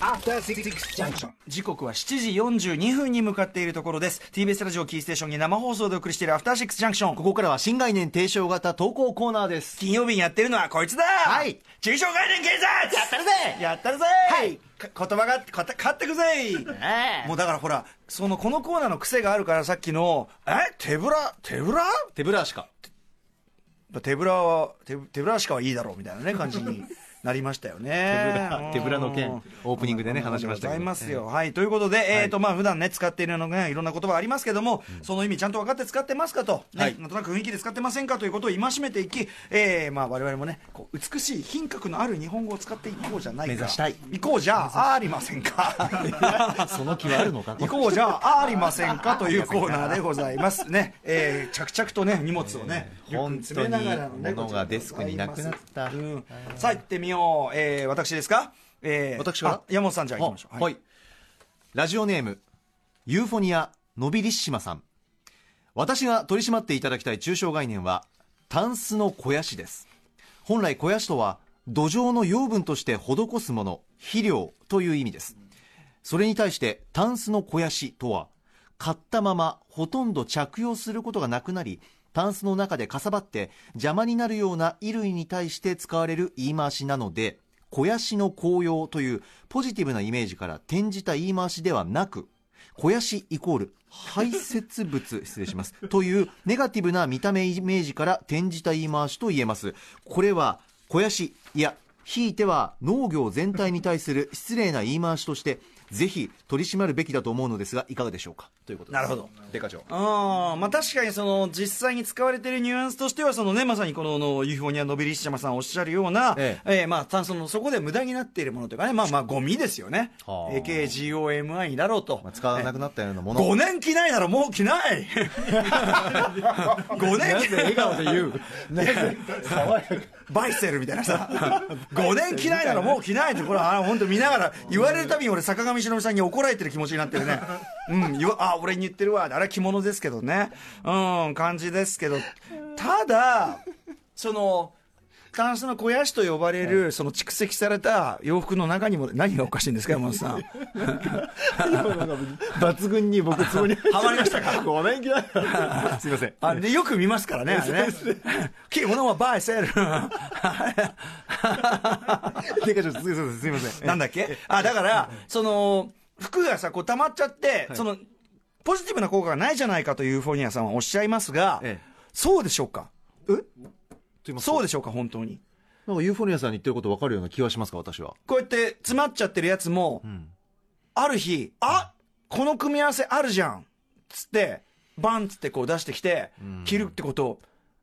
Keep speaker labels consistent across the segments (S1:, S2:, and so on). S1: After Six Junction.
S2: 時刻は7時42分に向かっているところです TBS ラジオキーステーションに生放送でお送りしているアフターシックスジャンクション
S3: ここからは新概念提唱型投稿コーナーです。
S2: 金曜日にやってるのはこいつだ
S3: はい
S2: 中小概念警察やったるぜやったるぜ
S3: はい
S2: か言葉がかた勝ってくぜもうだからほらそのこのコーナーの癖があるからさっきのえ手ぶら手ぶら
S3: 手ぶらしか。
S2: 手ぶらは手ぶ手ぶらしかはいいだろうみたいなね感じになりましたよ
S3: 手
S2: ね
S3: ぶら
S2: うん
S3: 手ぶらの件オープニングでね
S2: そんな
S3: 話しましたけど
S2: ございますよ、はいということで、えーとまあ普段ね使っているのがいろんな言葉ありますけども、その意味ちゃんと分かって使ってますかと、ね
S3: はい
S2: なんとなく雰囲気で使ってませんかということを戒めていき、えーまあ我々もねこう美しい品格のある日本語を使っていこうじゃないか
S3: 目指したい
S2: 行こうじゃありませんか
S3: その 気はあるのか
S2: 行こうじゃありませんかというコーナーでございます ね、えー着々とね荷物をね、リュックに詰めながらのね
S3: 本当に物がデスクになくなった
S2: うんさあ行ってみよう、えー私ですか、えー
S3: 私から
S2: あ山本さんじゃあ行きましょう
S3: はい、ラジオネームユーフォニアのびりっしまさん私が取り締まっていただきたい抽象概念はタンスの肥やしです本来肥やしとは土壌の養分として施すもの肥料という意味ですそれに対してタンスの肥やしとは買ったままほとんど着用することがなくなりタンスの中でかさばって邪魔になるような衣類に対して使われる言い回しなので肥やしの紅葉というポジティブなイメージから転じた言い回しではなく肥やしイコール排泄物失礼しますというネガティブな見た目イメージから転じた言い回しと言えますこれは肥やしいやひいては農業全体に対する失礼な言い回しとしてぜひ取り締まるべきだと思うのですがいかがでしょうかということです
S2: なるほど
S3: デカ長
S2: あーまあ、確かにその実際に使われているニュアンスとしてはその、ね、まさにこのあのユーフォニアのびりしちゃまさんおっしゃるような、え
S3: え
S2: えまあ、炭素のそこで無駄になっているものというかね、まあ、まあゴミですよね、
S3: はあ
S2: AKGOMI だろうと、
S3: まあ、使わなくなったようなもの
S2: 5年着ないならもう着ない !5 年着ない
S3: 顔で言 う
S2: バイセルみたいなさ、5年 着ないならもう着ないって、これ、あ本当見ながら、言われるたびに俺、坂上忍さんに怒られてる気持ちになってる ね。うん、言わあ、俺に言ってるわ。あれは着物ですけどね。うん、感じですけど、ただ、その、タンスの肥やしと呼ばれる、その蓄積された洋服の中にも、何がおかしいんですか、山本さん。
S3: 抜群に僕つぼに
S2: ハマりましたか
S3: ごめんきな すいません
S2: あでよく見ますからね、あれね。 着物はバイセル。
S3: デカ長すいませんすいません
S2: なんだっけあ、だから、その、服がさ、こう溜まっちゃって、その、ポジティブな効果がないじゃないかというユーフォニアさんはおっしゃいますが、
S3: え
S2: そうでしょうか
S3: と言いますと
S2: そうでしょうか本当に。
S3: なんかユーフォニアさんに言ってること分かるような気はしますか私は
S2: こうやって詰まっちゃってるやつも、
S3: ん
S2: ある日、あこの組み合わせあるじゃんつって、バンつってこう出してきて、着るってこと、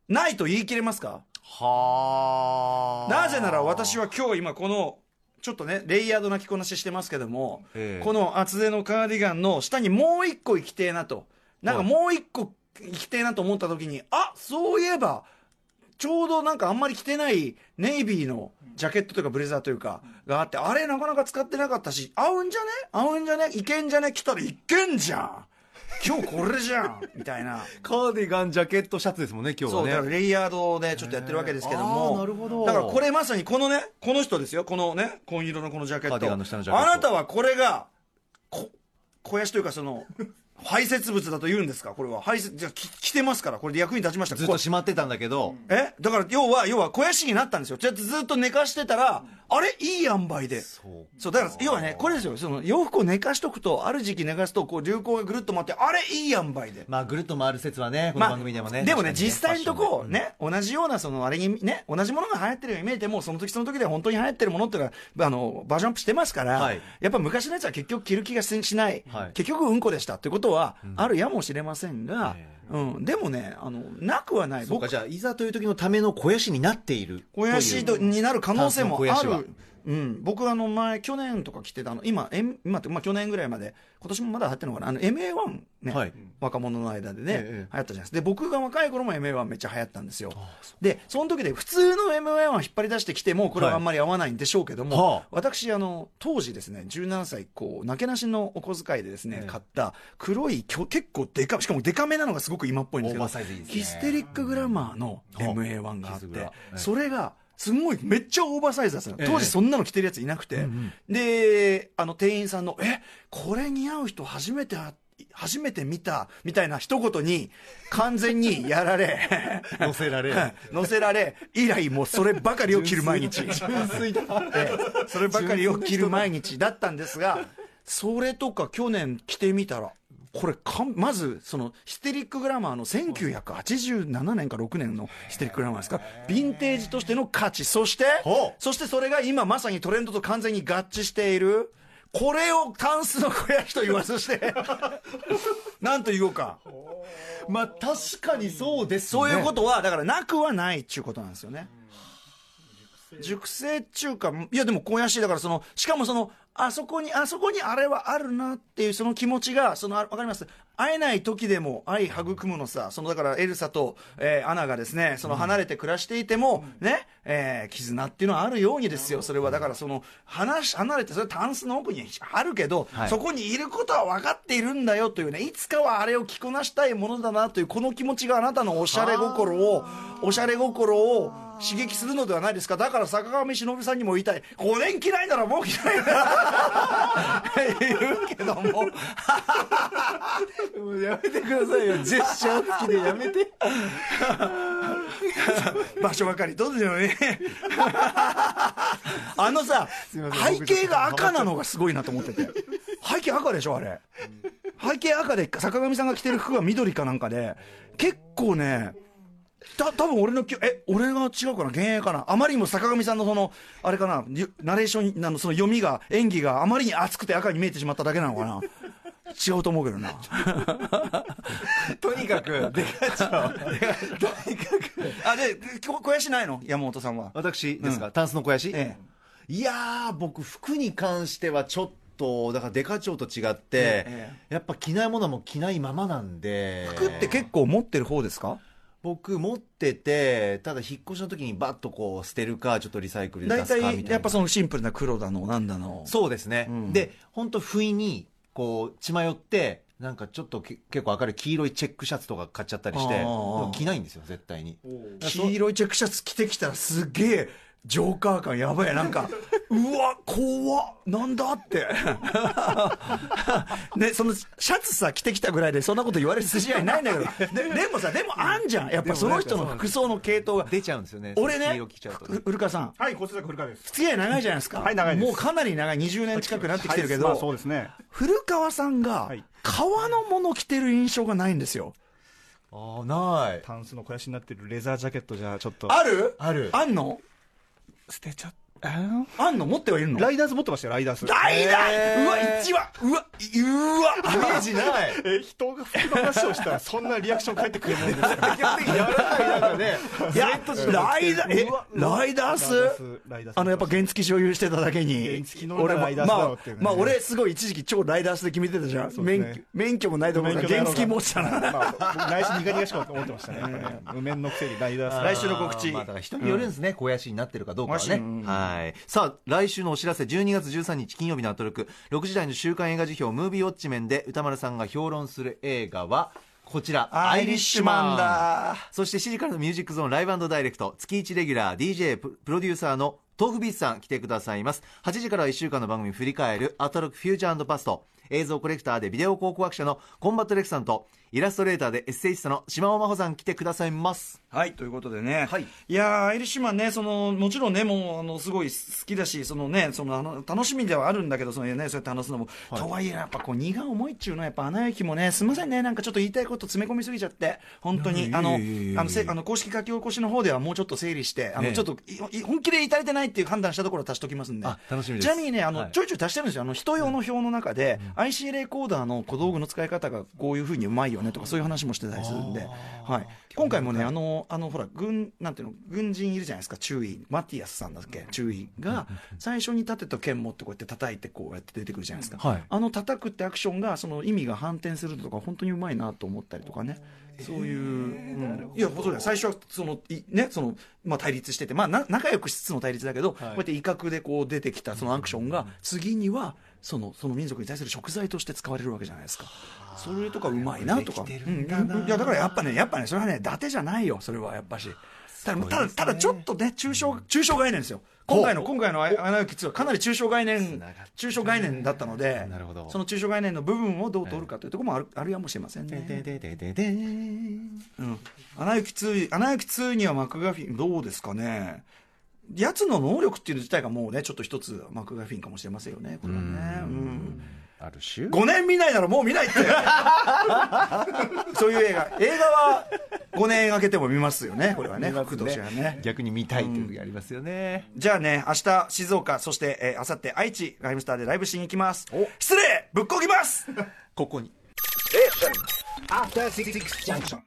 S2: ないと言い切れますか
S3: は
S2: なぜなら私は今日今このちょっとねレイヤードな着こなししてますけども、
S3: ええ
S2: この厚手のカーディガンの下にもう一個行きてえなとなんかもう一個行きてえなと思った時にあそういえばちょうどなんかあんまり着てないネイビーのジャケットというかブレザーというかがあってあれなかなか使ってなかったし合うんじゃね合うんじゃねいけんじゃね着たらいけんじゃん今日これじゃんみたいな。
S3: カーディガンジャケットシャツですもんね今日
S2: そ
S3: は
S2: う
S3: ね
S2: だからレイヤードでちょっとやってるわけですけど
S3: へーあ
S2: も、
S3: ーなるほど
S2: だからこれまさにこのねこの人ですよこのね紺色のこのジャケッ
S3: カ
S2: ト
S3: ーディガンの下のジャケット
S2: あなたはこれがこ肥やしというかその排泄物だと言うんですかこれは排泄じゃあき着てますからこれで役に立ちました
S3: ずっとしまってたんだけど、
S2: えだから要は要は肥やしになったんですよちょっとずっと寝かしてたらあれいい塩梅で
S3: そう
S2: そうだから要はねこれですよその洋服を寝かしとくとある時期寝かすとこう流行がぐるっと回ってあれいい塩梅で
S3: まあぐるっと回る説はねこの番組でもね、
S2: でもね、
S3: 確かに
S2: 実際のとこ、
S3: ファッションで
S2: ね、同じような、その、あれに、ね、同じものが流行ってるように見えても、その時その時で本当に流行ってるものっていうのは、あの、バージョンアップしてますから、
S3: はい
S2: やっぱ昔のやつは結局着る気がししない,、
S3: はい
S2: 結局うんこでしたってことは、あるやもしれませんが
S3: え、
S2: うん、でもね、あの、なくはない。
S3: そうかじゃあいざという時のための肥やしになっている
S2: 肥やしとになる可能性も
S3: タン
S2: あ
S3: スの肥やし
S2: る。うん、僕あの前去年とか着てたあの今、M 今ってまあ去年ぐらいまで今年もまだ流行ってるのかなあの MA1 ね、
S3: はい
S2: 若者の間でね、
S3: ええ
S2: 流行ったじゃないですかで僕が若い頃も MA1 めっちゃ流行ったんですよでその時で普通の MA1 引っ張り出してきてもこれはあんまり合わないんでしょうけども、
S3: はいはあ
S2: 私あの当時ですね17歳こうなけなしのお小遣いでですね、買った黒いきょ結構でかしかもでかめなのがすごく今っぽいんですけど
S3: オーバーサイズいいですね
S2: ヒステリックグラマーの
S3: うん
S2: MA1 があっ
S3: 傷ぐら
S2: て
S3: い
S2: それがすごい、めっちゃオーバーサイズだったの
S3: ええ
S2: 当時そんなの着てるやついなくて。で、あの、店員さんの、え、これ似合う人初めてあ、初めて見た、みたいな一言に、完全にやられ、
S3: 乗せられる
S2: はい 乗せられ、以来もうそればかりを着る毎日。
S3: 純粋だ
S2: ええそればかりを着る毎日だったんですが、それとか去年着てみたら、これかん、まず、その、ヒステリックグラマーの1987年か6年のヒステリックグラマーですから、ヴィンテージとしての価値、そして
S3: ほう、
S2: そしてそれが今まさにトレンドと完全に合致している、これをタンスの肥やしと言わずして、 なんと言おうか。
S3: まあ確かにそうですね
S2: そういうことは、だからなくはないっていうことなんですよね。熟成中華、いやでも肥やしだからその、しかもその、あそこに、あそこにあれはあるなっていうその気持ちが、その、あわかります会えない時でも愛育むのさ、そのだからエルサと、えーアナがですね、その離れて暮らしていても、ね、えー絆っていうのはあるようにですよ。それはだからその、話し、離れて、それはタンスの奥にあるけど、
S3: はい
S2: そこにいることは分かっているんだよというね、いつかはあれを着こなしたいものだなという、この気持ちがあなたのおしゃれ心を、おしゃれ心を刺激するのではないですか。だから坂上忍さんにも言いたい。5年嫌いならもう嫌い だ言うけども。
S3: もうやめてくださいよジェスチャー付きでやめて
S2: 場所ばかりどうでしょうね あのさ
S3: すいません
S2: 背景が赤なのがすごいなと思ってて背景赤でしょあれ背景赤で坂上さんが着てる服が緑かなんかで結構ねた多分俺のきえ俺が違うかな幻影かなあまりにも坂上さんのそのあれかなゆナレーションあのその読みが演技があまりに熱くて赤に見えてしまっただけなのかな違うと思うけどな
S3: とにか くでかちゃん
S2: あでこ肥やしないの山本さんは
S3: 私ですか、タンスの肥やし、
S2: え
S3: いやー僕服に関してはちょっとだからデカ長と違って、
S2: え
S3: やっぱ着ないものも着ないままなんで
S2: 服って結構持ってる方ですか
S3: 僕持っててただ引っ越しの時にバッとこう捨てるかちょっとリサイクルで
S2: 大
S3: 出すかみたい
S2: 体
S3: な
S2: やっぱそのシンプルな黒だのなんだの
S3: そうですね、
S2: うん
S3: で本当不意にこう血迷ってなんかちょっとけ結構明るい黄色いチェックシャツとか買っちゃったりして
S2: あー
S3: でも着ないんですよ絶対に
S2: 黄色いチェックシャツ着てきたらすげえジョーカー感やばいなんかうわ怖っなんだって ねそのシャツさ着てきたぐらいでそんなこと言われる筋合いないんだけどででもさでもあんじゃんやっぱその人の服装の系統が
S3: 出ちゃうんですよね
S2: 俺
S3: その黄
S2: ね
S3: 色着ちゃうとね
S2: う古川さん
S1: はい、こちら古川です。
S2: 付き合い長いじゃないですか
S1: はい長いです
S2: もうかなり長い20年近くなってきてるけど、
S1: はいまあそうですね。
S2: 古川さんが
S1: はい
S2: 革のもの着てる印象がないんですよ
S3: ああない
S1: タンスの肥やしになってるレザージャケットじゃちょっと。
S2: ある
S3: ある
S2: あんの
S1: 捨てちゃった。
S2: あんの持ってはいるの
S1: ライダース持ってましたよ、ライダース。
S2: 大だ、
S3: えー
S2: うわ一話うわいうわ
S3: イメージない
S1: えー、人が服の話をしたら、そんなリアクション返ってくるもんですよ。
S3: 基本的に柔らかいなんか ね
S2: いや ライダーえライダース
S1: ライダース
S2: あのやっぱ原付所有してただけ
S1: 原
S2: に
S1: 付の
S2: 俺も
S1: ライダースだろうっていうね
S2: まあ、まあ俺すごい一時期超ライダースで決めてたじゃん、
S1: そうですね
S2: 免許免許もないと思うから
S1: 免許ない
S2: 原
S1: のが
S2: 付持ってたな
S1: まあ、僕内心苦々しかと思ってましたね。やっぱね無面のくせにライダース。
S2: 来週の告知
S3: あーまあだから人によるんですね、肥やしになってるかどうかはね、
S2: 肥やしうん
S3: はいさあ来週のお知らせ12月13日金曜日のアトロク6時台の週刊映画辞表「ムービーウォッチメン」で歌丸さんが評論する映画はこちら「アイリッシュマン」
S2: だ
S3: そして7時からのミュージックゾーンライブダイレクト月1レギュラー DJ ププロデューサーの豆腐ビーツさん来てくださいます8時からは1週間の番組振り返るアトロックフューチャーパスト映像コレクターでビデオ考古学者のコンバットレクさんとイラストレーターでエッセイストの島尾真帆さん来てくださいます
S2: はいということでね、
S3: はい
S2: い、やーアイリッシュマンねそのもちろんねもうあのすごい好きだしそのねそのあの楽しみではあるんだけどその、ね、そうやって話すのも、とはいえやっぱこう荷が重いっちゅうのはやっぱ穴行きもねすみませんねなんかちょっと言いたいこと詰め込みすぎちゃって本当にあのあのせあの公式書き起こしの方ではもうちょっと整理してあの、
S3: ええ
S2: ちょっといい本気で至れてないっていう判断したところは足しときますんで
S3: あ楽しみです
S2: ちなみにねあの、
S3: はい
S2: ちょいちょい足してるんですよあの人用の表の中で、IC レコーダーの小道具の使い方がこういうふうにうまいよねとかそういう話もしてたりするんで、はい、今回もねあのあのほら軍なんていうの軍人いるじゃないですか中尉マティアスさんだっけ中尉が最初に立てた剣持ってこうやって叩いてこうやって出てくるじゃないですか、
S3: はい
S2: あの叩くってアクションがその意味が反転するとか本当にうまいなと思ったりとかね。そういう、うんいやそうだよ最初はそのいねそのまあ対立しててまあな仲良くしつつの対立だけど、こうやって威嚇でこう出てきたそのアクションが次にはそのその民族に対する食材として使われるわけじゃないですか。それとかうまいなとか。
S3: できて
S2: うんいやだからやっぱねやっぱねそれはね伊達じゃないよそれはやっぱし。ただ、ただ、ただちょっとね、抽象、抽象概念ですよ。今回の、今回のあ穴行き2はかなり抽象概念
S3: がって、
S2: 抽象概念だったので、
S3: なるほど
S2: その抽象概念の部分をどう取るかというところもある、あるやもしれません
S3: でで
S2: ね。
S3: ででででー
S2: うん。穴行き2、穴行き2にはマクガフィン、どうですかね。やつの能力っていうの自体がもうね、ちょっと一つマクガフィンかもしれませんよね、これはね。うん
S3: ある種
S2: 5年見ないならもう見ないって そういう映画映画は5年空けても見ますよねこれはね
S1: 見ますね
S2: 福年はね
S3: 逆に見たいという時ありますよね、
S2: じゃあね明日静岡そして、えー、明後日愛知ライムスターでライブしに行きます失礼ぶっこぎます
S3: ここに
S1: アフターシックスジャンクション